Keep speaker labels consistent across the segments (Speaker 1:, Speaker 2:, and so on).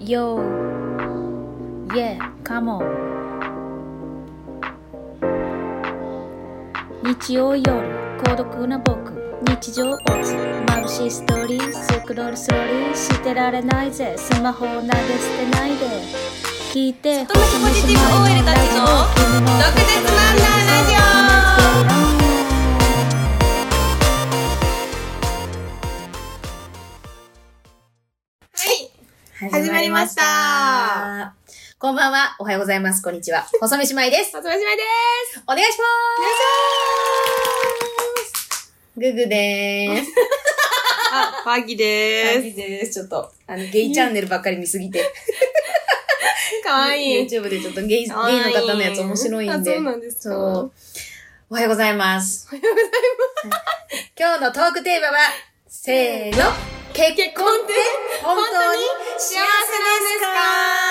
Speaker 1: Yo, yeah, come on. 日曜夜、孤独な僕、日常落ち、眩しいストーリー、スクロールスローリー、してられないぜ、スマホを投げ捨てないで。聞いて、
Speaker 2: 外向きポジティブ OL たちの毒舌漫談
Speaker 1: ラジ
Speaker 2: はい、
Speaker 3: 始まり
Speaker 2: 始まりました。こんばんは、おはようございます、こんにちは。細見姉妹です。
Speaker 3: 松島姉妹で
Speaker 2: お願いします。グーグーでーす。
Speaker 3: す。あ、パギで
Speaker 2: ギです。ちょっと、あの、ゲイチャンネルばっかり見すぎて。
Speaker 3: す。かわいい。
Speaker 2: YouTube でちょっとゲイ、ゲイの
Speaker 3: かわいい
Speaker 2: 方のやつ面白いんで。
Speaker 3: あそうなんですか
Speaker 2: そうおはようございます。おはようございます。今日のトークテーマは、せーの。結婚って本当に幸せなんですか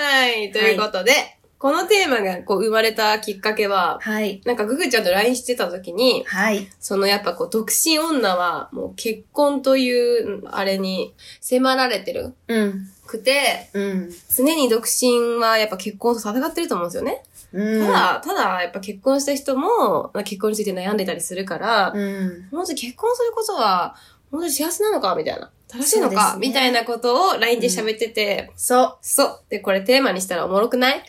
Speaker 3: はい、ということで、このテーマがこう生まれたきっかけは、
Speaker 2: はい。
Speaker 3: なんかググちゃんと LINE してた時に、
Speaker 2: はい。
Speaker 3: そのやっぱこう独身女はもう結婚というあれに迫られてる
Speaker 2: うん。
Speaker 3: くて、
Speaker 2: うん。
Speaker 3: 常に独身はやっぱ結婚と戦ってると思うんですよね。
Speaker 2: うん。
Speaker 3: ただ、ただやっぱ結婚した人もまあ結婚について悩んでたりするから、
Speaker 2: うん。
Speaker 3: 本当に結婚することは、本当に幸せなのかみたいな。正しいの
Speaker 2: そ
Speaker 3: か、
Speaker 2: うですね
Speaker 3: みたいなことを LINE で喋ってて、
Speaker 2: そう。
Speaker 3: そう。で、これテーマにしたらおもろくないっ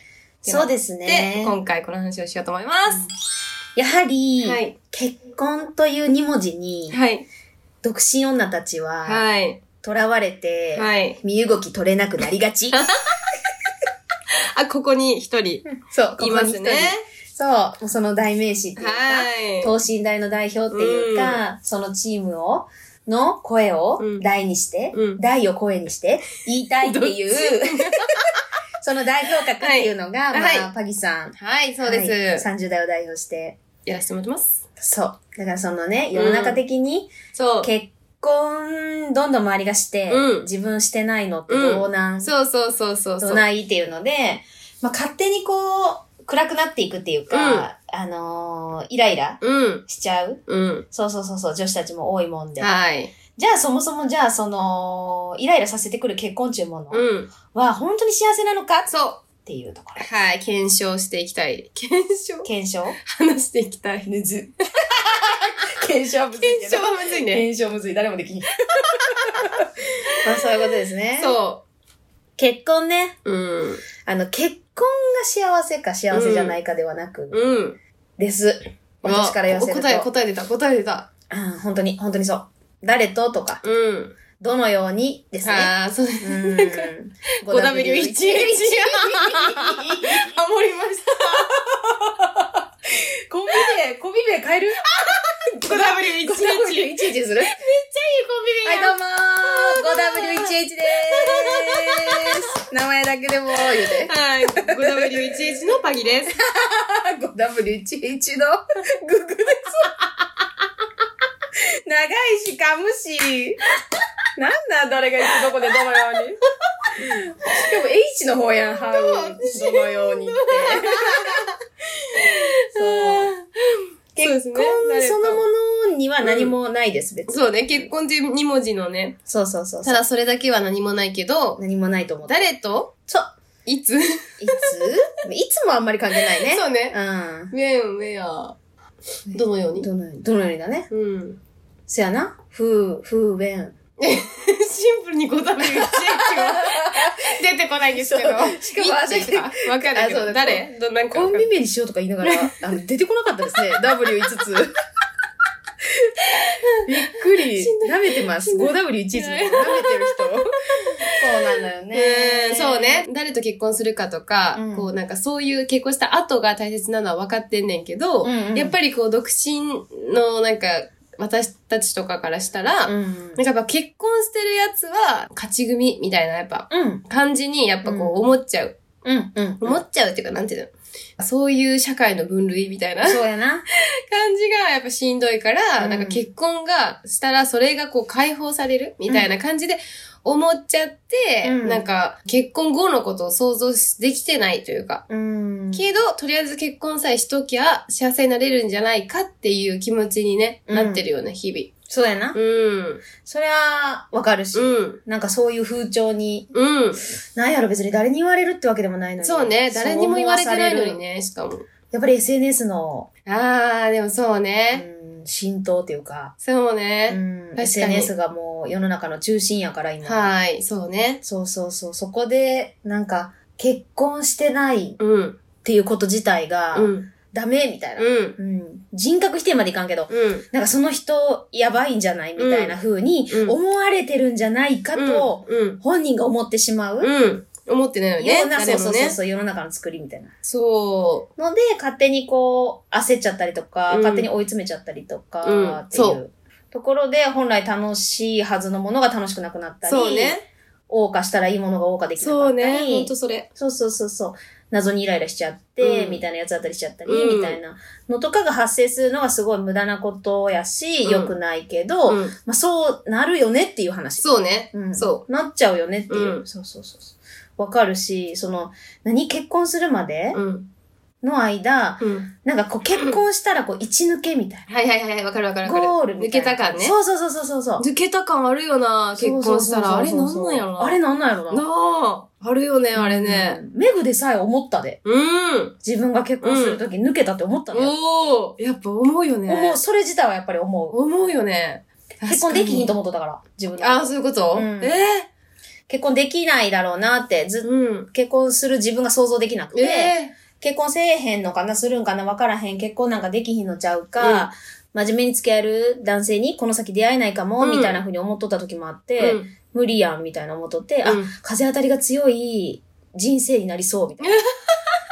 Speaker 3: てな
Speaker 2: そう
Speaker 3: って
Speaker 2: ですね。
Speaker 3: 今回この話をしようと思います。
Speaker 2: やはり、
Speaker 3: はい。
Speaker 2: 結婚という二文字に、
Speaker 3: はい。
Speaker 2: 独身女たちは、
Speaker 3: はい。
Speaker 2: 囚われて、
Speaker 3: はい。
Speaker 2: 身動き取れなくなり がち。
Speaker 3: あ、ここに一人
Speaker 2: そう、
Speaker 3: いますね
Speaker 2: ここに一。人。そう、もうその代名詞っていうか、
Speaker 3: は
Speaker 2: 等身大の代表っていうか、そのチームを、の声を
Speaker 3: うん
Speaker 2: 大にして、
Speaker 3: うん
Speaker 2: 大を声にして、言いたいっていう、 その代表格っていうのが、
Speaker 3: はい
Speaker 2: ま
Speaker 3: は
Speaker 2: あ、パギさん。
Speaker 3: い。はい、そうです。
Speaker 2: はい30代を代表して。
Speaker 3: やらせてもらってます。
Speaker 2: そう。だからそのね、世の中的に、
Speaker 3: そう。
Speaker 2: 結婚、どんどん周りがして、
Speaker 3: うん
Speaker 2: 自分してないのってどうなん、
Speaker 3: そうそうそうそうそ
Speaker 2: ど
Speaker 3: う。
Speaker 2: ないっていうので、まあ、勝手にこう、暗くなっていくっていうか、
Speaker 3: うん
Speaker 2: あのーイライラ
Speaker 3: うん。
Speaker 2: しちゃう。
Speaker 3: うん。
Speaker 2: そうそうそうそう、女子たちも多いもんで。
Speaker 3: はい。
Speaker 2: じゃあそもそもじゃあその、イライラさせてくる結婚中もの
Speaker 3: うん。
Speaker 2: は本当に幸せなのかっ
Speaker 3: そう。
Speaker 2: ていうところ。
Speaker 3: はい。検証していきたい。検証
Speaker 2: 検証
Speaker 3: 話していきたい。
Speaker 2: むず。 検証はむずい
Speaker 3: 検
Speaker 2: け
Speaker 3: 証
Speaker 2: ど。
Speaker 3: はむずいね。
Speaker 2: 検証むずい。誰もできん。 まあそういうことですね。う。
Speaker 3: そ
Speaker 2: 結婚ね。
Speaker 3: う。うん。
Speaker 2: あの、結婚が幸せか幸せじゃないかではなく、
Speaker 3: うん。
Speaker 2: です。私から言わせると。
Speaker 3: 答え、答え出た、答え出た。
Speaker 2: うん、本当に、本当にそう。誰ととか、
Speaker 3: うん。
Speaker 2: どのようにですね。
Speaker 3: ああ、そうで
Speaker 2: う
Speaker 3: す。
Speaker 2: ん。
Speaker 3: 5W1H ハモりまし
Speaker 2: コンビ名、コンビ名変える
Speaker 3: た。5W1H。いい
Speaker 2: ?5W1H するはい、どうも ー !5W1H でーす名前だけでも言うて。
Speaker 3: はい。5W1H のパギです。
Speaker 2: 5W1H のググです。長いし噛むし。なんなん誰がいつどこでどのように。しかも H の方やん、ハウ。どのようにって。そう。
Speaker 3: そうで
Speaker 2: 結
Speaker 3: すね
Speaker 2: 婚そのものには
Speaker 3: うん
Speaker 2: 何もないです、別に。
Speaker 3: そうね、結婚っていう2文字のね。
Speaker 2: そうそうそう
Speaker 3: た
Speaker 2: そう。
Speaker 3: だそれだけは何もないけど、
Speaker 2: 何もないと思った。
Speaker 3: 誰と
Speaker 2: そう。
Speaker 3: いつ
Speaker 2: いついつもあんまり関係ないね。
Speaker 3: そうね。
Speaker 2: う。
Speaker 3: ウェン、ウェア。どのようんに
Speaker 2: どのように、どのようにだね。
Speaker 3: うん。
Speaker 2: そやな。ふう、ふうべん。
Speaker 3: シンプルに 5W1H が出てこないんですけど。
Speaker 2: そうしかも
Speaker 3: いつとかわかんないけ
Speaker 2: あそ
Speaker 3: ど。
Speaker 2: うだ
Speaker 3: 誰どんなんか
Speaker 2: コ
Speaker 3: わ
Speaker 2: ン
Speaker 3: かんない。
Speaker 2: ビ名にしようとか言いな がら、あの、出てこなかったですね。W5 つ。びっくり。舐めてます。5W11 舐めてる人。そうなのよ
Speaker 3: うんそう。ね。誰と結婚するかとか、
Speaker 2: うん
Speaker 3: こうなんかそういう結婚した後が大切なのは分かってんねんけど、
Speaker 2: うんうん
Speaker 3: やっぱりこう独身のなんか私たちとかからしたら、
Speaker 2: う
Speaker 3: なん
Speaker 2: ん。
Speaker 3: かやっぱ結婚してるやつは勝ち組みたいなやっぱ
Speaker 2: うん。
Speaker 3: 感じにやっぱこう思っちゃう。
Speaker 2: うん。うん。
Speaker 3: 思っちゃうっていうかなんていうのそういう社会の分類みたいな感
Speaker 2: そうやな。
Speaker 3: じがやっぱしんどいから、
Speaker 2: うん
Speaker 3: なんか結婚がしたらそれがこう解放されるみたいな感じで思っちゃって、
Speaker 2: うん
Speaker 3: なんか結婚後のことを想像できてないというか、
Speaker 2: うん
Speaker 3: けど、とりあえず結婚さえしときゃ幸せになれるんじゃないかっていう気持ちにね、
Speaker 2: うん
Speaker 3: なってるよね、日
Speaker 2: そうや
Speaker 3: 々。。
Speaker 2: な
Speaker 3: うん。
Speaker 2: そりゃ、わかるし。
Speaker 3: うん。
Speaker 2: なんかそういう風潮に、
Speaker 3: うん。
Speaker 2: なんやろ別に誰に言われるってわけでもないのに。
Speaker 3: そうね。誰にも言われてないのに
Speaker 2: そう思わされる。
Speaker 3: ね、しかも。
Speaker 2: やっぱり SNS の、
Speaker 3: あー、でもそう
Speaker 2: う
Speaker 3: ね。
Speaker 2: ん、浸透というか、
Speaker 3: そう
Speaker 2: う
Speaker 3: ね。
Speaker 2: ん、
Speaker 3: かに
Speaker 2: SNS がもう世の中の中心やから今。
Speaker 3: はい、そうね。
Speaker 2: そうそうそう。そこで、なんか、結婚してないっ
Speaker 3: うん。
Speaker 2: ていうこと自体が、
Speaker 3: うん。
Speaker 2: ダメみたいな、
Speaker 3: うん。
Speaker 2: うん。人格否定までいかんけど、
Speaker 3: うん。
Speaker 2: なんかその人やばいんじゃないみたいな風に
Speaker 3: うん
Speaker 2: 思われてるんじゃないかと、
Speaker 3: うん。
Speaker 2: 本人が思ってしまう。
Speaker 3: うん。思ってないよ
Speaker 2: よ
Speaker 3: ね。
Speaker 2: うな、そ
Speaker 3: 誰
Speaker 2: うそ
Speaker 3: も
Speaker 2: うそう
Speaker 3: ね。
Speaker 2: そう、世の中の作りみたいな。
Speaker 3: そ
Speaker 2: ので、勝手にこう、焦っちゃったりとか、
Speaker 3: うん
Speaker 2: 勝手に追い詰めちゃったりとか、
Speaker 3: うん
Speaker 2: ってい。
Speaker 3: そう
Speaker 2: ところで、本来楽しいはずのものが楽しくなくな
Speaker 3: う。
Speaker 2: ったり、
Speaker 3: そうね。
Speaker 2: 謳歌したらいいものが謳歌できなか
Speaker 3: そ
Speaker 2: っ
Speaker 3: う
Speaker 2: た
Speaker 3: ね。ほ
Speaker 2: り、
Speaker 3: んとそれ。
Speaker 2: そうそうそうそう。謎にイライラしちゃって、
Speaker 3: うん
Speaker 2: みたいなやつだったりしちゃったり、
Speaker 3: うん
Speaker 2: みたいなのとかが発生するのはすごい無駄なことやし、
Speaker 3: うん
Speaker 2: 良くないけど、
Speaker 3: うん。
Speaker 2: まあそうなるよねっていう話。
Speaker 3: そうね。
Speaker 2: うん
Speaker 3: そ
Speaker 2: なっちゃうよねっていう。
Speaker 3: うん
Speaker 2: そうそうそうそう。わかるし、その、何結婚するまで
Speaker 3: う。うん。
Speaker 2: の間、
Speaker 3: うん。
Speaker 2: なんかこう結婚したらこう位置抜けみたい
Speaker 3: はいはいはいはい。わかるわか
Speaker 2: な。
Speaker 3: るわかる。
Speaker 2: ゴールみたいな。
Speaker 3: 抜けた感ね
Speaker 2: そうそうそうそうそうそう。
Speaker 3: 抜けた感あるよな、結婚したら。あれなんなんやろな。
Speaker 2: あれなんなんやろ
Speaker 3: な
Speaker 2: な。
Speaker 3: あ。あるよね、あれね。
Speaker 2: うん。メグでさえ思ったで。
Speaker 3: うん。
Speaker 2: 自分が結婚するとき抜けたって思ったのよ。
Speaker 3: おおやっぱ思うよね。
Speaker 2: 思う、それ自体はやっぱり思う。
Speaker 3: 思うよね。
Speaker 2: 結婚できひんと
Speaker 3: 思
Speaker 2: 思っとったから、自分で。
Speaker 3: ああ、そういうこと
Speaker 2: うん
Speaker 3: え
Speaker 2: 結婚できないだろうなって、ずっ
Speaker 3: え
Speaker 2: と
Speaker 3: うん。
Speaker 2: 結婚する自分が想像できなくて、
Speaker 3: ええ
Speaker 2: 結婚せえへんのかな、するんかな、わからへん、結婚なんかできひんのちゃうか、真面目に付き合える男性にこの先出会えないかも、
Speaker 3: うん
Speaker 2: みたいな風に思っとった時もあって、
Speaker 3: うん
Speaker 2: 無理やん、みたいな思っとって、
Speaker 3: うん
Speaker 2: あ、風当たりが強い人生になりそう、みたいな。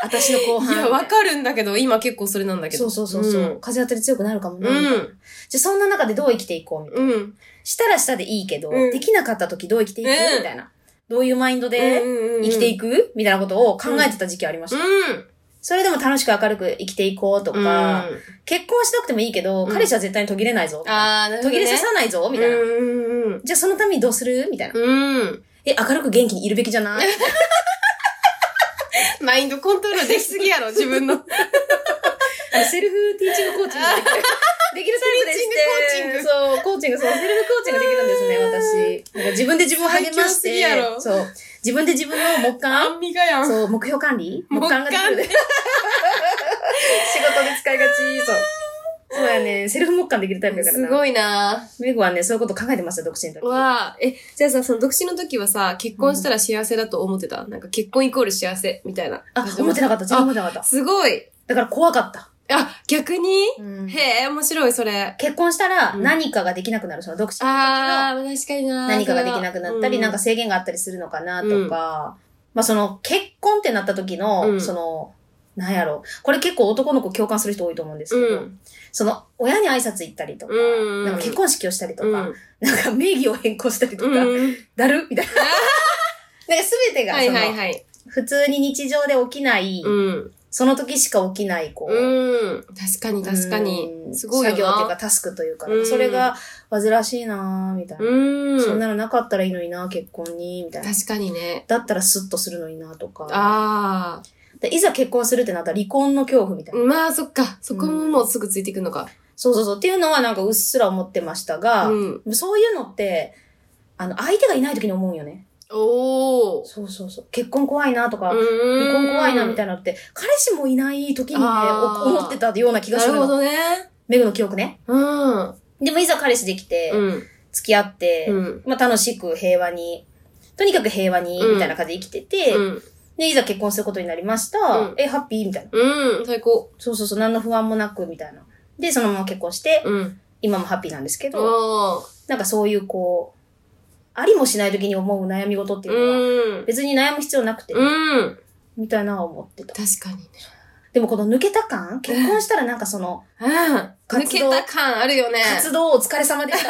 Speaker 2: 私の後半。
Speaker 3: いや、わかるんだけど、今結構それなんだけ
Speaker 2: そ
Speaker 3: ど。
Speaker 2: うそうそうそう、
Speaker 3: うん
Speaker 2: 風当たり強くなるかもな、
Speaker 3: う。
Speaker 2: みたいなんじゃあそんな中でどう生きていこう、みたいな。
Speaker 3: うん。
Speaker 2: したらしたでいいけど、
Speaker 3: うん
Speaker 2: できなかった時どう生きていく、
Speaker 3: うん
Speaker 2: みたいな。どういうマインドで
Speaker 3: 生
Speaker 2: 生きてい
Speaker 3: く。
Speaker 2: く、みたいなことを考えてた時期ありまし
Speaker 3: う
Speaker 2: た。
Speaker 3: ん。
Speaker 2: それでも楽しく明るく生きていこうと
Speaker 3: うん
Speaker 2: か、結婚しなくてもいいけど、
Speaker 3: うん
Speaker 2: 彼氏は絶対に途切れないぞ。
Speaker 3: ああ、なるほ
Speaker 2: 途
Speaker 3: ど、ね。
Speaker 2: 切れささないぞ、みたいな。
Speaker 3: うんうんうん。
Speaker 2: じゃあそのためにどうするみたいな。
Speaker 3: うん。
Speaker 2: え、明るく元気にいるべきじ ゃない
Speaker 3: マインドコントロールできすぎや ろ、自分の。コー
Speaker 2: あのセルフティーチングコーチング。 できるタイプでして。
Speaker 3: ティーチングコーチング
Speaker 2: そう、コーチング、そう、セルフコーチングできるんですね、私。なんか自分で自分を励ま
Speaker 3: 最
Speaker 2: し
Speaker 3: 強すぎや
Speaker 2: て、
Speaker 3: ろ
Speaker 2: そう、自分で自分の木管
Speaker 3: ンミが やん。
Speaker 2: そう、目標管理
Speaker 3: 目標
Speaker 2: 管
Speaker 3: 管理
Speaker 2: できる 仕事で使いがち。そう。そうやね。セルフ目感できるタイプだから
Speaker 3: す
Speaker 2: な。
Speaker 3: ごいな
Speaker 2: メグはね、そういうこと考えてますよ、独身の時。
Speaker 3: わあ、え、じゃあさ、その独身の時はさ、結婚したら幸せだと思ってた、なんか結婚イコール幸せみたいな。
Speaker 2: あ、思ってなかった。自分
Speaker 3: あ
Speaker 2: 思ってなかった。
Speaker 3: すごい。
Speaker 2: だから怖かった。
Speaker 3: あ、逆に、
Speaker 2: うん
Speaker 3: へえ、面白い、それ。
Speaker 2: 結婚したら
Speaker 3: うん
Speaker 2: 何かができなくなる。その独身の時の
Speaker 3: あー、確かにな
Speaker 2: 何かができなくなったり、
Speaker 3: うん
Speaker 2: なんか制限があったりするのかなとか。まあその結婚ってなった時の、
Speaker 3: うん
Speaker 2: その、なんやろこれ結構男の子共感する人多いと思うんです
Speaker 3: う
Speaker 2: けど、
Speaker 3: ん。
Speaker 2: その親に挨拶行ったりとか、
Speaker 3: うん
Speaker 2: なんか結婚式をしたりとか、
Speaker 3: うん
Speaker 2: なんか名義を変更したりとか、
Speaker 3: うん。
Speaker 2: だるみ たいな。なんか全てが、
Speaker 3: はいはい
Speaker 2: その
Speaker 3: はい。
Speaker 2: 普通に日常で起きない、
Speaker 3: うん。
Speaker 2: その時しか起きない、こう。
Speaker 3: うん。確かに確か
Speaker 2: う
Speaker 3: に。
Speaker 2: ん
Speaker 3: すごいよ
Speaker 2: 作業っていうか
Speaker 3: な。
Speaker 2: タスクというか、
Speaker 3: うん
Speaker 2: それが煩わしいなぁ、みたいな、
Speaker 3: うん。
Speaker 2: そんなのなかったらいいのになぁ、結婚に、みたいな。
Speaker 3: 確かにね。
Speaker 2: だったらスッとするのになぁとか。
Speaker 3: あ
Speaker 2: でいざ結婚するってなったら離婚の恐怖みたい
Speaker 3: あ。
Speaker 2: な。
Speaker 3: まあ、そっか。そこももうすぐついてくるのか。
Speaker 2: そうそうそう。っていうのはなんかうっすら思ってましたが、
Speaker 3: うん。
Speaker 2: そういうのって、あの、相手がいない時に思うんよね。
Speaker 3: おー。
Speaker 2: そうそうそう。結婚怖いなとか、
Speaker 3: 離
Speaker 2: 離婚怖いなみた
Speaker 3: い
Speaker 2: いなのって、彼氏もいない時にね、
Speaker 3: あー
Speaker 2: お思ってたような気が
Speaker 3: な
Speaker 2: す
Speaker 3: る
Speaker 2: る
Speaker 3: ほ
Speaker 2: の。
Speaker 3: どね。
Speaker 2: メグの記憶ね。
Speaker 3: うん。
Speaker 2: でもいざ彼氏できて、
Speaker 3: うん。
Speaker 2: 付き合って、
Speaker 3: うん。
Speaker 2: まあ楽しく平和に、とにかく平和に、
Speaker 3: うん
Speaker 2: みたいな感じで生きてて、
Speaker 3: うん。
Speaker 2: で、いざ結婚することになりました。
Speaker 3: うん
Speaker 2: え、ハッピーみたいな。
Speaker 3: うん。最高。
Speaker 2: そうそうそう、何の不安もなく、みたいな。で、そのまま結婚して、
Speaker 3: うん。
Speaker 2: 今もハッピーなんですけど、
Speaker 3: おー。
Speaker 2: なんかそういうこう、ありもしない時に思う悩み事っていうのは、
Speaker 3: うん。
Speaker 2: 別に悩む必要なくて、
Speaker 3: うん。
Speaker 2: みたいなのは思ってた。
Speaker 3: 確かにね。
Speaker 2: でもこの抜けた感結婚したらなんかその、
Speaker 3: うん。
Speaker 2: 活動
Speaker 3: 抜けた感あるよね。
Speaker 2: 活動お疲れ様でした。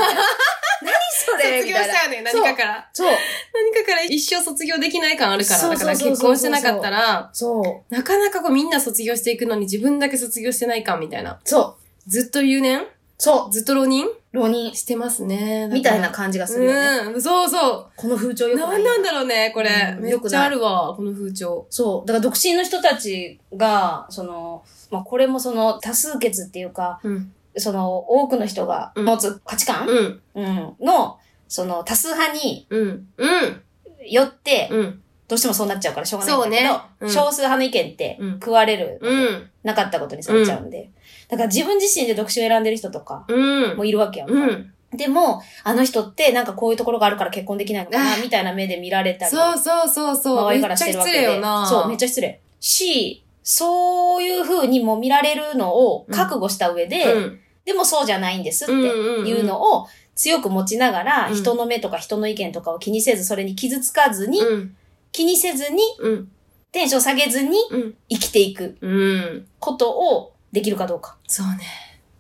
Speaker 2: それ
Speaker 3: 卒
Speaker 2: み
Speaker 3: 業
Speaker 2: たい
Speaker 3: し
Speaker 2: な
Speaker 3: た。よね、何かから。
Speaker 2: そう。
Speaker 3: 何かから一生卒業できない感あるから。
Speaker 2: そう
Speaker 3: だ
Speaker 2: そ
Speaker 3: か
Speaker 2: うそ
Speaker 3: ら
Speaker 2: うそう
Speaker 3: 結婚してなかったら、
Speaker 2: そう。
Speaker 3: なかなかこうみんな卒業していくのに自分だけ卒業してない感みたいな。
Speaker 2: そう。
Speaker 3: ずっと留年
Speaker 2: そ
Speaker 3: ずっと浪人
Speaker 2: う。浪人。
Speaker 3: してますね。
Speaker 2: みたいな
Speaker 3: 感
Speaker 2: 感じが
Speaker 3: じ
Speaker 2: するよね。
Speaker 3: うん、そうそ
Speaker 2: この風潮
Speaker 3: う。
Speaker 2: よく
Speaker 3: な
Speaker 2: なんい
Speaker 3: なんだろうね、これ。
Speaker 2: うん
Speaker 3: め
Speaker 2: よ
Speaker 3: っ
Speaker 2: く
Speaker 3: ちゃ
Speaker 2: ない
Speaker 3: あるわ、この風潮。
Speaker 2: そう。だから独身の人たちが、その、まあ、これもその多数決っていうか、
Speaker 3: うん。
Speaker 2: その多くの人が持つ価値観、
Speaker 3: うん。
Speaker 2: うんの、その多数派に
Speaker 3: うん。うん。
Speaker 2: よって、
Speaker 3: うん。
Speaker 2: どうしてもそうなっちゃうからしょうがないんだけど、
Speaker 3: そうねうん
Speaker 2: 少数派の意見って
Speaker 3: うん
Speaker 2: 食われる、
Speaker 3: うん。
Speaker 2: なかったことにされちゃうんで。だから自分自身で独身を選んでる人とか
Speaker 3: うん
Speaker 2: も。いるわけやんか。
Speaker 3: うん。
Speaker 2: でも、あの人ってなんかこういうところがあるから結婚できないのか
Speaker 3: あ
Speaker 2: な、
Speaker 3: ー
Speaker 2: みたいな目で見られたり。
Speaker 3: そうそうそうそう。
Speaker 2: 周
Speaker 3: め
Speaker 2: り
Speaker 3: っ
Speaker 2: から
Speaker 3: ち
Speaker 2: し
Speaker 3: ゃ
Speaker 2: てるわ
Speaker 3: 失
Speaker 2: け
Speaker 3: 礼
Speaker 2: で。
Speaker 3: よな。
Speaker 2: そう、めっちゃ失礼。し、そういう風にも見られるのを覚悟した上で、
Speaker 3: うん
Speaker 2: でもそうじゃないんですって
Speaker 3: うんうんうん
Speaker 2: いうのを強く持ちながら、
Speaker 3: うん
Speaker 2: 人の目とか人の意見とかを気にせず、それに傷つかずに、
Speaker 3: うん。
Speaker 2: 気にせずに、
Speaker 3: うん。
Speaker 2: テンション下げずに
Speaker 3: うん。
Speaker 2: 生きていく
Speaker 3: うん。
Speaker 2: ことをできるかどうか。
Speaker 3: そうね。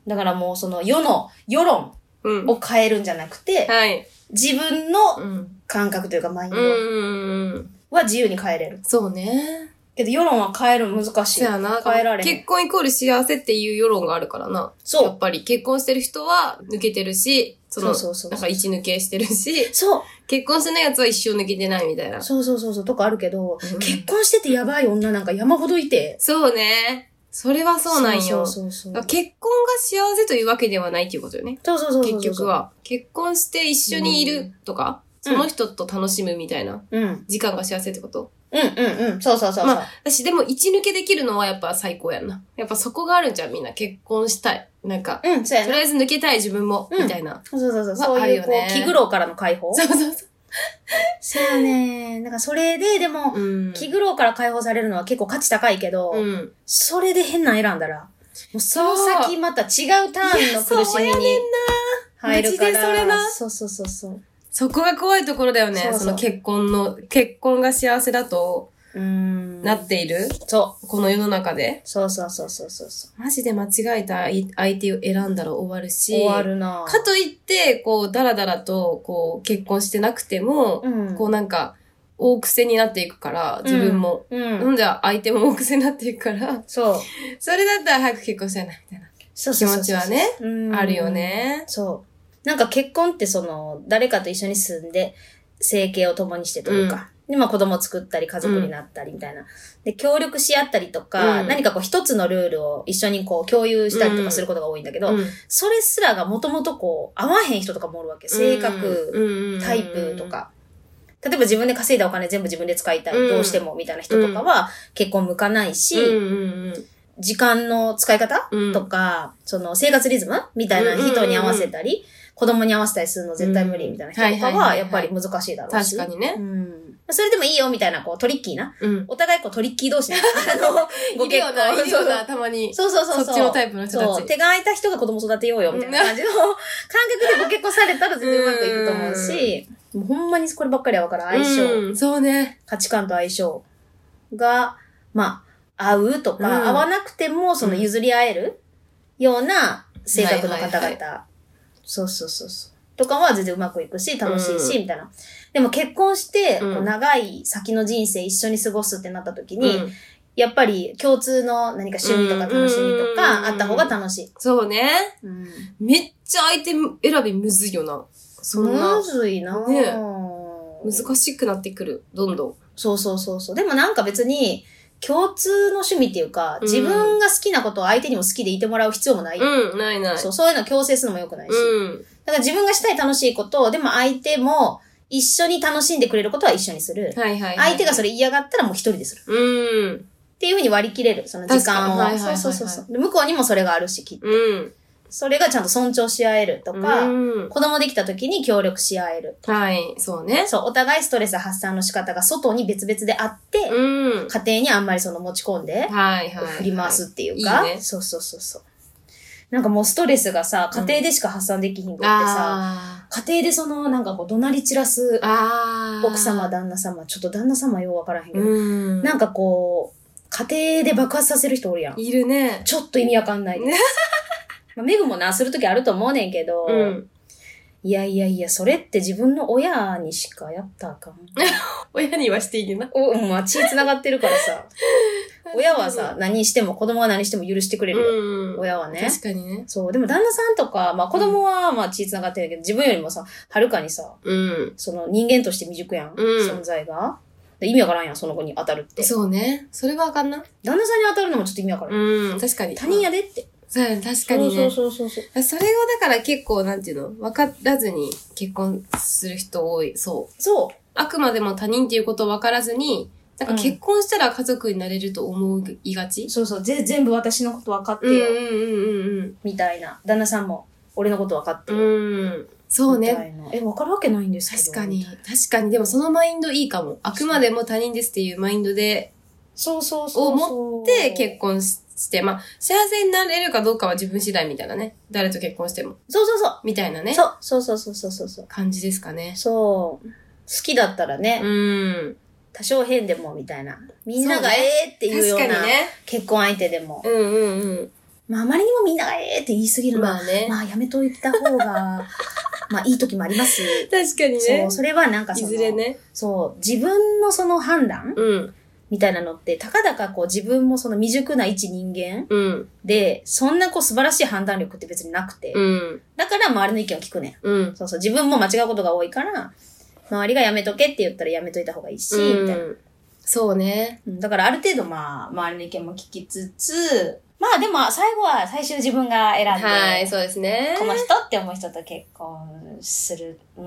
Speaker 2: だからもうその世の世論
Speaker 3: うん。
Speaker 2: を変えるんじゃなくて、
Speaker 3: はい。
Speaker 2: 自分の
Speaker 3: うん。
Speaker 2: 感覚というかマイン
Speaker 3: う
Speaker 2: ド
Speaker 3: んうんうん。
Speaker 2: は自由に変えれる。
Speaker 3: そうね。
Speaker 2: けど世論は変えるの難しい
Speaker 3: そう。やな。
Speaker 2: 変えられへん
Speaker 3: 結婚イコール幸せっていう世論があるからな。
Speaker 2: そ
Speaker 3: やっ
Speaker 2: う。
Speaker 3: ぱり結婚してる人は抜けてるし、そ
Speaker 2: そ
Speaker 3: の、
Speaker 2: うそうそう
Speaker 3: なんか一抜けしてるし、
Speaker 2: そう。
Speaker 3: 結婚してないやつは一生抜けてないみたいな。
Speaker 2: そうそうそうそう、とかあるけど、
Speaker 3: うん
Speaker 2: 結婚しててやばい女なんか山ほどいて。
Speaker 3: そうね。それはそうなんよ。
Speaker 2: そうそうそう。
Speaker 3: だから結婚が幸せというわけではないっていうことよね。
Speaker 2: そうそうそうそう。
Speaker 3: 結局。は。結婚して一緒にいるとか、
Speaker 2: うん
Speaker 3: その人と楽しむみたいな
Speaker 2: うん。うん
Speaker 3: 時間が幸せってこと。
Speaker 2: うんうん。そうそうそうそう。
Speaker 3: まあ私でも一抜けできるのはやっぱ最高やんな。やっぱそこがあるんじゃんみんな。結婚したい。なんか、
Speaker 2: うん、そうや
Speaker 3: とり
Speaker 2: な。
Speaker 3: あえず抜けたい自分も、
Speaker 2: うん
Speaker 3: みたいな。
Speaker 2: そうそうそう。
Speaker 3: まあ
Speaker 2: そう
Speaker 3: あ
Speaker 2: い
Speaker 3: る
Speaker 2: う、
Speaker 3: よ
Speaker 2: こ
Speaker 3: ね
Speaker 2: う、気苦労からの解放
Speaker 3: そうそうそ
Speaker 2: そうやね。なんかそれで、でも
Speaker 3: う。、うん。
Speaker 2: 気苦労から解放されるのは結構価値高いけど、
Speaker 3: うん。
Speaker 2: それで変なん選んだら、もうその
Speaker 3: そう
Speaker 2: 先また違うターンの苦しみに入るから。
Speaker 3: マジでそれな
Speaker 2: そうそうそうそう。
Speaker 3: そこが怖いところだよね。そ
Speaker 2: そ
Speaker 3: う
Speaker 2: そう
Speaker 3: の結婚の、結婚が幸せだと
Speaker 2: うーん。
Speaker 3: なっている、
Speaker 2: そう。
Speaker 3: この世の中で。
Speaker 2: そうそうそうそうそうそう。
Speaker 3: マジで間違えた相手を選んだら終わるし。
Speaker 2: 終わるな
Speaker 3: かといって、こう、だらだらと、こう、結婚してなくても、
Speaker 2: うん
Speaker 3: こうなんか、大癖になっていくから、自分も。
Speaker 2: うん。
Speaker 3: うん、じゃあ相手も大癖になっていくから、
Speaker 2: そう。
Speaker 3: それだったら早く結婚したいな、みたいな。
Speaker 2: そう
Speaker 3: 気
Speaker 2: そうそうそう
Speaker 3: 持ちはね、
Speaker 2: うん
Speaker 3: あるよ。ね。
Speaker 2: そう。なんか結婚ってその、誰かと一緒に住んで、生計を共にしてというか、で、まあ子供を作ったり、家族になったりみたいな。で、協力し合ったりとか、
Speaker 3: うん
Speaker 2: 何かこう一つのルールを一緒にこう共有したりとかすることが多いんだけど、
Speaker 3: うん
Speaker 2: それすらがもともとこう、合わへん人とかもおるわけ。性格、
Speaker 3: うん
Speaker 2: タイプと。か。例えば自分で稼いだお金全部自分で使いたい、
Speaker 3: うん
Speaker 2: どうしてもみたいな人とかは結婚向かないし、
Speaker 3: うんうん
Speaker 2: 時間の使い方、
Speaker 3: うん
Speaker 2: とか、その生活リズムみたいな人に合わせたり、子供に合わせたりするの絶対無理みたいな人とか
Speaker 3: うんはいはいはい
Speaker 2: は、
Speaker 3: はい
Speaker 2: やっぱり難しいだろうし。
Speaker 3: 確かにね。
Speaker 2: うん。それでもいいよみたいな、こう、トリッキーな。
Speaker 3: うん。
Speaker 2: お互いこう、トリッキー 同士の、あの、 ご
Speaker 3: いる
Speaker 2: 結
Speaker 3: よな、い
Speaker 2: 婚。
Speaker 3: るよな、たまに。
Speaker 2: そうそうそうそう。
Speaker 3: そっちのタイプの人たち
Speaker 2: そう。手が空いた人が子供育てようよ、みたいな 感じの感覚でご結婚されたら全然うまくいくと思うし、もうほんまにこればっかりは分からん相性。
Speaker 3: うんそうね。
Speaker 2: 価値観と相性が、まあ、合うとか、
Speaker 3: うん
Speaker 2: 合わなくても、その譲り合えるような性格の方々。
Speaker 3: はいはい
Speaker 2: そうそうそうそう。とかは全然うまくいくし、楽しいし、
Speaker 3: う
Speaker 2: みたいな。でも結婚して、こ
Speaker 3: うん
Speaker 2: う長い先の人生一緒に過ごすってなった時に、
Speaker 3: うん
Speaker 2: やっぱり共通の何か趣味とか楽しみと
Speaker 3: う
Speaker 2: か
Speaker 3: ん
Speaker 2: あった方が楽しい。
Speaker 3: そうね。
Speaker 2: うん。
Speaker 3: めっちゃ相手選びむずいよな。そんな
Speaker 2: む。ずいなぁ
Speaker 3: ね難しくなってくる。どんどん。
Speaker 2: そうそうそうそう。でもなんか別に、共通の趣味っていうか、
Speaker 3: うん
Speaker 2: 自分が好きなことを相手にも好きでいてもらう必要もない。
Speaker 3: うん、ないない。
Speaker 2: そう、そういうの強制するのも良くないし。
Speaker 3: うん。
Speaker 2: だから自分がしたい楽しいことを、でも相手も一緒に楽しんでくれることは一緒にする。
Speaker 3: はいはい。
Speaker 2: 相手がそ
Speaker 3: れ。
Speaker 2: れ嫌がったらもう一人でする。
Speaker 3: うん。
Speaker 2: っていうふうに割り切れる、その時間を。
Speaker 3: 確かにはいはいはいはい
Speaker 2: そうそうそうそう。で向こうにもそれがあるし、きっと
Speaker 3: うん。
Speaker 2: それがちゃんと尊重し合えるとか、
Speaker 3: うん
Speaker 2: 子供できた時に協力し合える。
Speaker 3: はい、そうね。
Speaker 2: そう、お互いストレス発散の仕方が外に別々であって、
Speaker 3: うん。
Speaker 2: 家庭にあんまりその持ち込んで、
Speaker 3: はいはい。
Speaker 2: 振り回。すっていうか、
Speaker 3: いいね
Speaker 2: そうそうそうそう。なんかもうストレスがさ、家庭でしか発散できひんくってさ、
Speaker 3: あ
Speaker 2: 家庭でそのなんかこう怒鳴り散らす
Speaker 3: ーあー。
Speaker 2: 奥様、旦那様、ちょっと旦那様ようわからへんけど、
Speaker 3: うん。
Speaker 2: なんかこう、家庭で爆発させる人おるやん。
Speaker 3: いるね。
Speaker 2: ちょっと意味わかんないです。まあ、メグもな、するときあると思うねんけど、
Speaker 3: うん。
Speaker 2: いやいやいや、それって自分の親にしかやったらあかん。
Speaker 3: 親にはしていいな。
Speaker 2: お、まあ、血繋がってる からさ。親はさ、、何しても、子供は何しても許してくれるよ。
Speaker 3: うん。
Speaker 2: 親はね。
Speaker 3: 確かにね。
Speaker 2: そう。でも旦那さんとか、まあ子供はまあ血繋がってるけど、自分よりもさ、はるかにさ、
Speaker 3: うん。
Speaker 2: その人間として未熟やん。
Speaker 3: うん
Speaker 2: 存在が。で意味わからんやん、その子に当たるって。
Speaker 3: そうね。それはあかんな。
Speaker 2: 旦那さんに当たるのもちょっと意味わからん。
Speaker 3: うん。確かに。
Speaker 2: 他人やでって。
Speaker 3: そうやね確かにね。
Speaker 2: そうそうそうそう。
Speaker 3: それをだから結構、なんていうの、分からずに結婚する人多い。そう。
Speaker 2: そう。
Speaker 3: あくまでも他人っていうことを分からずに、なんか結婚したら家族になれると思いがち。
Speaker 2: そうそう。ぜ全部私のこと分かって
Speaker 3: うんうん
Speaker 2: よ。
Speaker 3: うん
Speaker 2: みたいな。旦那さんも、俺のこと分かって
Speaker 3: う
Speaker 2: よ。
Speaker 3: ん。うん。そう
Speaker 2: み
Speaker 3: ね
Speaker 2: た。いな。え、分かるわけないんですけど。
Speaker 3: 確かに。。確かに。でもそのマインドいいかも。あくまでも他人ですっていうマインドで、
Speaker 2: そうそうそうそう。
Speaker 3: を持って結婚しして、まあ、幸せになれるかどうかは自分次第みたいなね。誰と結婚しても。
Speaker 2: そうそうそう。
Speaker 3: みたいなね。
Speaker 2: そうそうそうそうそうそうそう。
Speaker 3: 感じですかね。
Speaker 2: そう。好きだったらね、
Speaker 3: うん。
Speaker 2: 多少変でもみたいな。みんな
Speaker 3: そう
Speaker 2: が
Speaker 3: ね
Speaker 2: ええっていうような、
Speaker 3: ね。
Speaker 2: 結婚相手でも。
Speaker 3: うんうんうん。
Speaker 2: まあ、あまりにもみんながええって言い過ぎるのは、
Speaker 3: まあね。
Speaker 2: まあ、やめといた方 が、まあ、いい時もあります。
Speaker 3: 確かに
Speaker 2: そ
Speaker 3: ね
Speaker 2: う、。それはなんかそ
Speaker 3: い
Speaker 2: の、
Speaker 3: ずれね。
Speaker 2: そう、自分のその判断
Speaker 3: うん。
Speaker 2: みたいなのって、たかだかこう自分もその未熟な一人間
Speaker 3: うん。
Speaker 2: で、そんなこう素晴らしい判断力って別になくて、
Speaker 3: うん。
Speaker 2: だから周りの意見を聞くねん。
Speaker 3: うん。
Speaker 2: そうそう、自分も間違うことが多いから、周りがやめとけって言ったらやめといた方がいいし、みた
Speaker 3: う
Speaker 2: いな。
Speaker 3: んそうね。
Speaker 2: うんだからある程度まあ、周りの意見も聞きつつ、まあでも最後は最終自分が選んで、
Speaker 3: はい、そうですね。
Speaker 2: この人って思う人と結婚する。う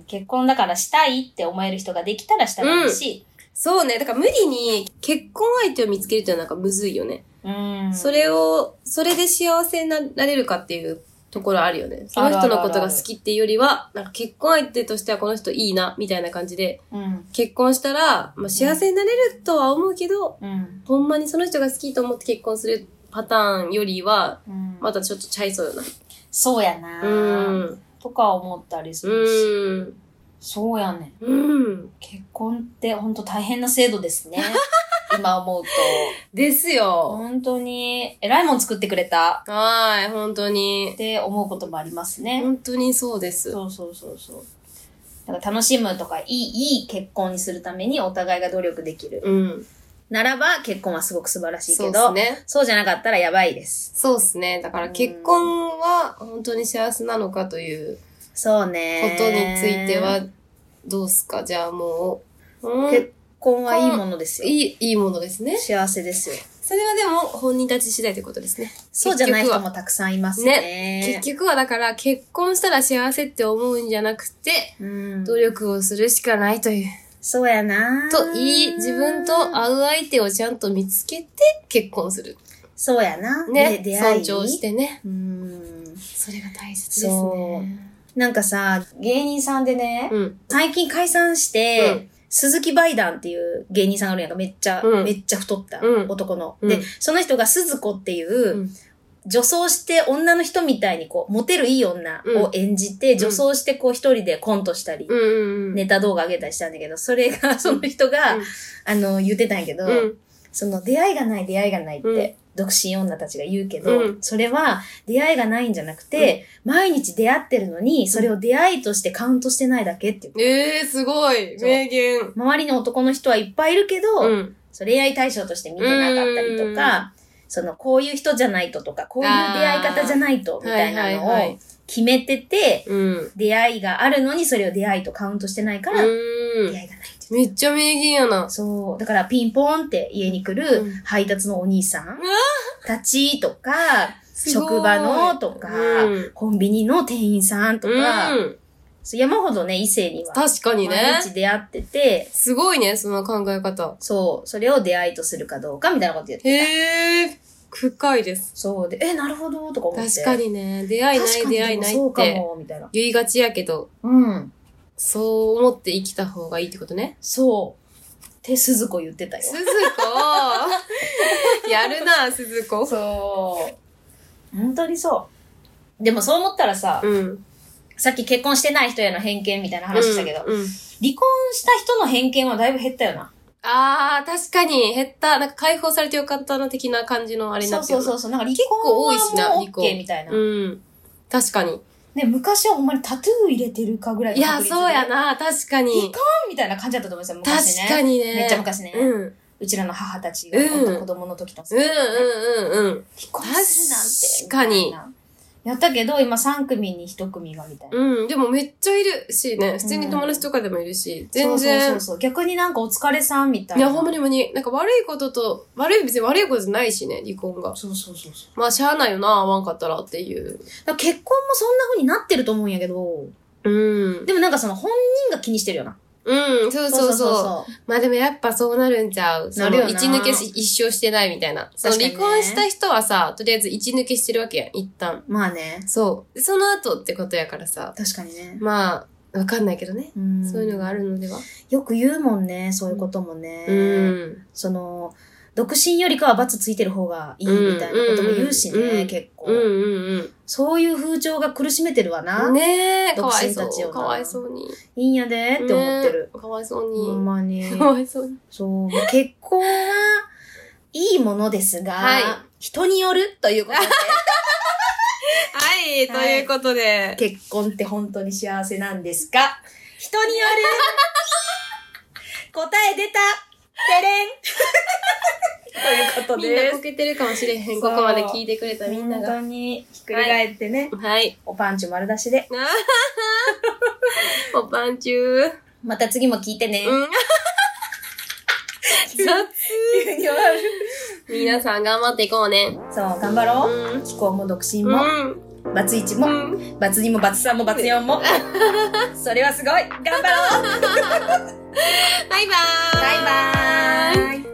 Speaker 2: ん、結婚だからしたいって思える人ができたらしたらいいし、
Speaker 3: そうね。だから無理に結婚相手を見つけるっていうのはなんかむずいよね。
Speaker 2: うん。
Speaker 3: それを、それで幸せになれるかっていうところあるよね。その人のことが好きっていうよりは、なんか結婚相手としてはこの人いいな、みたいな感じで、
Speaker 2: うん。
Speaker 3: 結婚したら、まあ幸せになれるとは思うけど、
Speaker 2: うん。
Speaker 3: ほんまにその人が好きと思って結婚するパターンよりは、
Speaker 2: うん。
Speaker 3: またちょっとちゃいそうよな。
Speaker 2: そうやな、
Speaker 3: うん。
Speaker 2: とか思ったりするし、
Speaker 3: うん。
Speaker 2: そうやねん。
Speaker 3: うん。
Speaker 2: 結婚ってほんと大変な制度で すね。今思うと。
Speaker 3: ですよ。
Speaker 2: 本当に、えらいもん作ってくれた
Speaker 3: はーい、本当
Speaker 2: っ
Speaker 3: に。
Speaker 2: て思うこともありますね。
Speaker 3: 本当にそうです。
Speaker 2: そうそうそうそう。だから楽しむとか、いい、いい結婚にするためにお互いが努力できる。
Speaker 3: うん。
Speaker 2: ならば結婚はすごく素晴らしいけ
Speaker 3: そう
Speaker 2: ど、
Speaker 3: っ
Speaker 2: そ
Speaker 3: す
Speaker 2: う,、
Speaker 3: ね。
Speaker 2: じゃなかったらやばいです。
Speaker 3: そうっすね。だから結婚は本当に幸せなのかというこ
Speaker 2: そうね。
Speaker 3: とについては、どうすかじゃあもう、うん
Speaker 2: 結婚はいいものですよ。
Speaker 3: いい、いいものですね。
Speaker 2: 幸せですよ。
Speaker 3: それはでも本人たち次第ということですね。
Speaker 2: そうじゃない人もたくさんいますね。
Speaker 3: 結局はだから結婚したら幸せって思うんじゃなくて、
Speaker 2: うん、
Speaker 3: 努力をするしかないという。
Speaker 2: そうやな
Speaker 3: と、いい、自分と合う相手をちゃんと見つけて結婚する。
Speaker 2: そうやな。
Speaker 3: ね。
Speaker 2: で出会
Speaker 3: 尊
Speaker 2: い。
Speaker 3: 重してね。
Speaker 2: うん。
Speaker 3: それが大切です
Speaker 2: そ
Speaker 3: ね。
Speaker 2: なんかさ、芸人さんでね、
Speaker 3: うん。
Speaker 2: 最近解散して、鈴木バイダンっていう芸人さんあるやんか、めっちゃ、
Speaker 3: うん
Speaker 2: めっちゃ太った、
Speaker 3: うん
Speaker 2: 男の。
Speaker 3: うん
Speaker 2: で、その人が鈴子っていうう、
Speaker 3: ん。
Speaker 2: 女装して女の人みたいにこう、モテるいい女を演じて、
Speaker 3: ん
Speaker 2: 女装してこう一人でコントしたり、
Speaker 3: うんうん。
Speaker 2: ネタ動画上げたりしたんだけど、それが、その人が、
Speaker 3: うん
Speaker 2: あの、言ってたんやけど、
Speaker 3: うん。
Speaker 2: その出会いがない出会いがないって、
Speaker 3: うん
Speaker 2: 独身女たちが言うけど、
Speaker 3: うん
Speaker 2: それは出会いがないんじゃなくて、毎日出会ってるのに、それを出会いとしてカウントしてないだけっていう。
Speaker 3: ええ、すごい。
Speaker 2: そう
Speaker 3: 名言。
Speaker 2: 周りの男の人はいっぱいいるけど、
Speaker 3: うん。
Speaker 2: そう恋愛対象として見てなかったりとか、その、こういう人じゃないととか、こういう出会い方じゃないと、みたいな
Speaker 3: はいはいは
Speaker 2: のを
Speaker 3: い
Speaker 2: 決めてて、
Speaker 3: うん。
Speaker 2: 出会いがあるのにそれを出会いとカウントしてないから、出
Speaker 3: う
Speaker 2: 会
Speaker 3: ん。
Speaker 2: いがないっていう。
Speaker 3: めっちゃ名言やな。
Speaker 2: そう。だから、ピンポーンって家に来る
Speaker 3: うん
Speaker 2: 配達のお兄さんたちとか、
Speaker 3: すごい
Speaker 2: 職場のとか、
Speaker 3: うん
Speaker 2: コンビニの店員さんとか、
Speaker 3: うん。
Speaker 2: そう山ほどね、異性には
Speaker 3: 確かに
Speaker 2: 毎
Speaker 3: ね。
Speaker 2: 日出会ってて、
Speaker 3: すごいね、その考え方。
Speaker 2: そう、それを出会いとするかどうかみたいなこと言ってた。
Speaker 3: へえ、深いです。
Speaker 2: そうで、え、なるほど、とか思って。
Speaker 3: 確かにね、出会いない出会いない
Speaker 2: そ
Speaker 3: っ
Speaker 2: うか
Speaker 3: て
Speaker 2: も、みたいな。
Speaker 3: 言いがちやけど、
Speaker 2: うん。
Speaker 3: そう思って生きた方がいいってことね。
Speaker 2: そう。って、鈴子言ってたよ。
Speaker 3: 鈴 子やるな、鈴子。
Speaker 2: そう。本当にそう。でもそう思ったらさ、
Speaker 3: うん。
Speaker 2: さっき結婚してない人への偏見みたいな話したけど、
Speaker 3: うんうん
Speaker 2: 離婚した人の偏見はだいぶ減ったよな。
Speaker 3: あー、確かに減った。なんか解放されてよかったの的な感じのあれに
Speaker 2: そ
Speaker 3: な
Speaker 2: う
Speaker 3: ってる
Speaker 2: そ
Speaker 3: な
Speaker 2: うそうそう。なんか離
Speaker 3: 結構多いしな
Speaker 2: 婚はもう
Speaker 3: 離婚
Speaker 2: OK みたいな。
Speaker 3: うん。確かに。
Speaker 2: ね、昔はほんまにタトゥー入れてるかぐらい
Speaker 3: いや、そうや
Speaker 2: な。
Speaker 3: な、確か
Speaker 2: い
Speaker 3: に
Speaker 2: か。んみたいな感じだったと思いますよ、
Speaker 3: 確
Speaker 2: 昔ね。
Speaker 3: かにね。
Speaker 2: めっちゃ昔ね。
Speaker 3: うん。うん
Speaker 2: うちらの母たちが、
Speaker 3: うん
Speaker 2: 子供の時とか
Speaker 3: うん
Speaker 2: 離
Speaker 3: うんうん。
Speaker 2: 婚するなんて。みたいな
Speaker 3: 確
Speaker 2: やったけど、今3組に1組がみたいな。
Speaker 3: うん、でもめっちゃいるしね、普通に友達とかでもいるし、全
Speaker 2: そうそ
Speaker 3: 然
Speaker 2: う。そうそう。逆になんかお疲れさんみたい
Speaker 3: い
Speaker 2: な。
Speaker 3: や、ほんまにほんまに、なんか悪いことと、悪い、別に悪いことじゃないしね、離婚が。
Speaker 2: そうそうそうそう。
Speaker 3: まあ、しゃあないよな、合わんかったらっていう。
Speaker 2: だから結婚もそんな風になってると思うんやけど、
Speaker 3: うん。
Speaker 2: でもなんかその本人が気にしてるよな。
Speaker 3: うん、そうそうそう。
Speaker 2: う。
Speaker 3: まあでもやっぱそうなるんちゃう。そ
Speaker 2: なるよ
Speaker 3: の、
Speaker 2: な
Speaker 3: 一抜けし一生してないみたいな。その、
Speaker 2: 確かに
Speaker 3: 離婚
Speaker 2: ね
Speaker 3: した人はさ、とりあえず一抜けしてるわけやん、一旦。
Speaker 2: まあね。
Speaker 3: そう。でその後ってことやからさ。
Speaker 2: 確かにね。
Speaker 3: まあ、わかんないけどね。
Speaker 2: うん
Speaker 3: そういうのがあるのでは。
Speaker 2: よく言うもんね、そういうこともね。
Speaker 3: うん。
Speaker 2: その、独身よりかは罰ついてる方がいいみたいなことも言うしね、
Speaker 3: うん
Speaker 2: 結構、
Speaker 3: うんうん
Speaker 2: そういう風潮が苦しめてるわな。
Speaker 3: うん。ねえ、か
Speaker 2: 独
Speaker 3: わい
Speaker 2: 身たち
Speaker 3: そ
Speaker 2: よ
Speaker 3: う。か
Speaker 2: な
Speaker 3: わいそうに。
Speaker 2: いいんやでって思ってる。
Speaker 3: ねえ。かわいそう
Speaker 2: ほん
Speaker 3: に。
Speaker 2: まに。
Speaker 3: かわいそうに。
Speaker 2: そう、結婚は、いいものですが、
Speaker 3: はい
Speaker 2: 人によるというこ と
Speaker 3: はい、ということで。
Speaker 2: で、結婚って本当に幸せなんですか人による答え出たてれんということ
Speaker 3: みんな
Speaker 2: で
Speaker 3: こ
Speaker 2: す。
Speaker 3: けてるかもしれへん。
Speaker 2: そ
Speaker 3: こ
Speaker 2: う
Speaker 3: こまで聞いてくれたみんなが。
Speaker 2: 本当にひっくり返ってね、
Speaker 3: はい。
Speaker 2: おパンチ丸出しで。
Speaker 3: あははおパンチュー。
Speaker 2: また次も聞いてね。
Speaker 3: うん。
Speaker 2: 急に終わる
Speaker 3: 皆さん頑張っていこうね。
Speaker 2: そう、頑張ろう。
Speaker 3: う
Speaker 2: 気候も独身
Speaker 3: ん。
Speaker 2: も、
Speaker 3: う
Speaker 2: バツイチも、
Speaker 3: ん。うん。
Speaker 2: バツ2もバツ3もバツ4も。 それはすごい頑張ろう
Speaker 3: バイバーイ。
Speaker 2: バイバーイ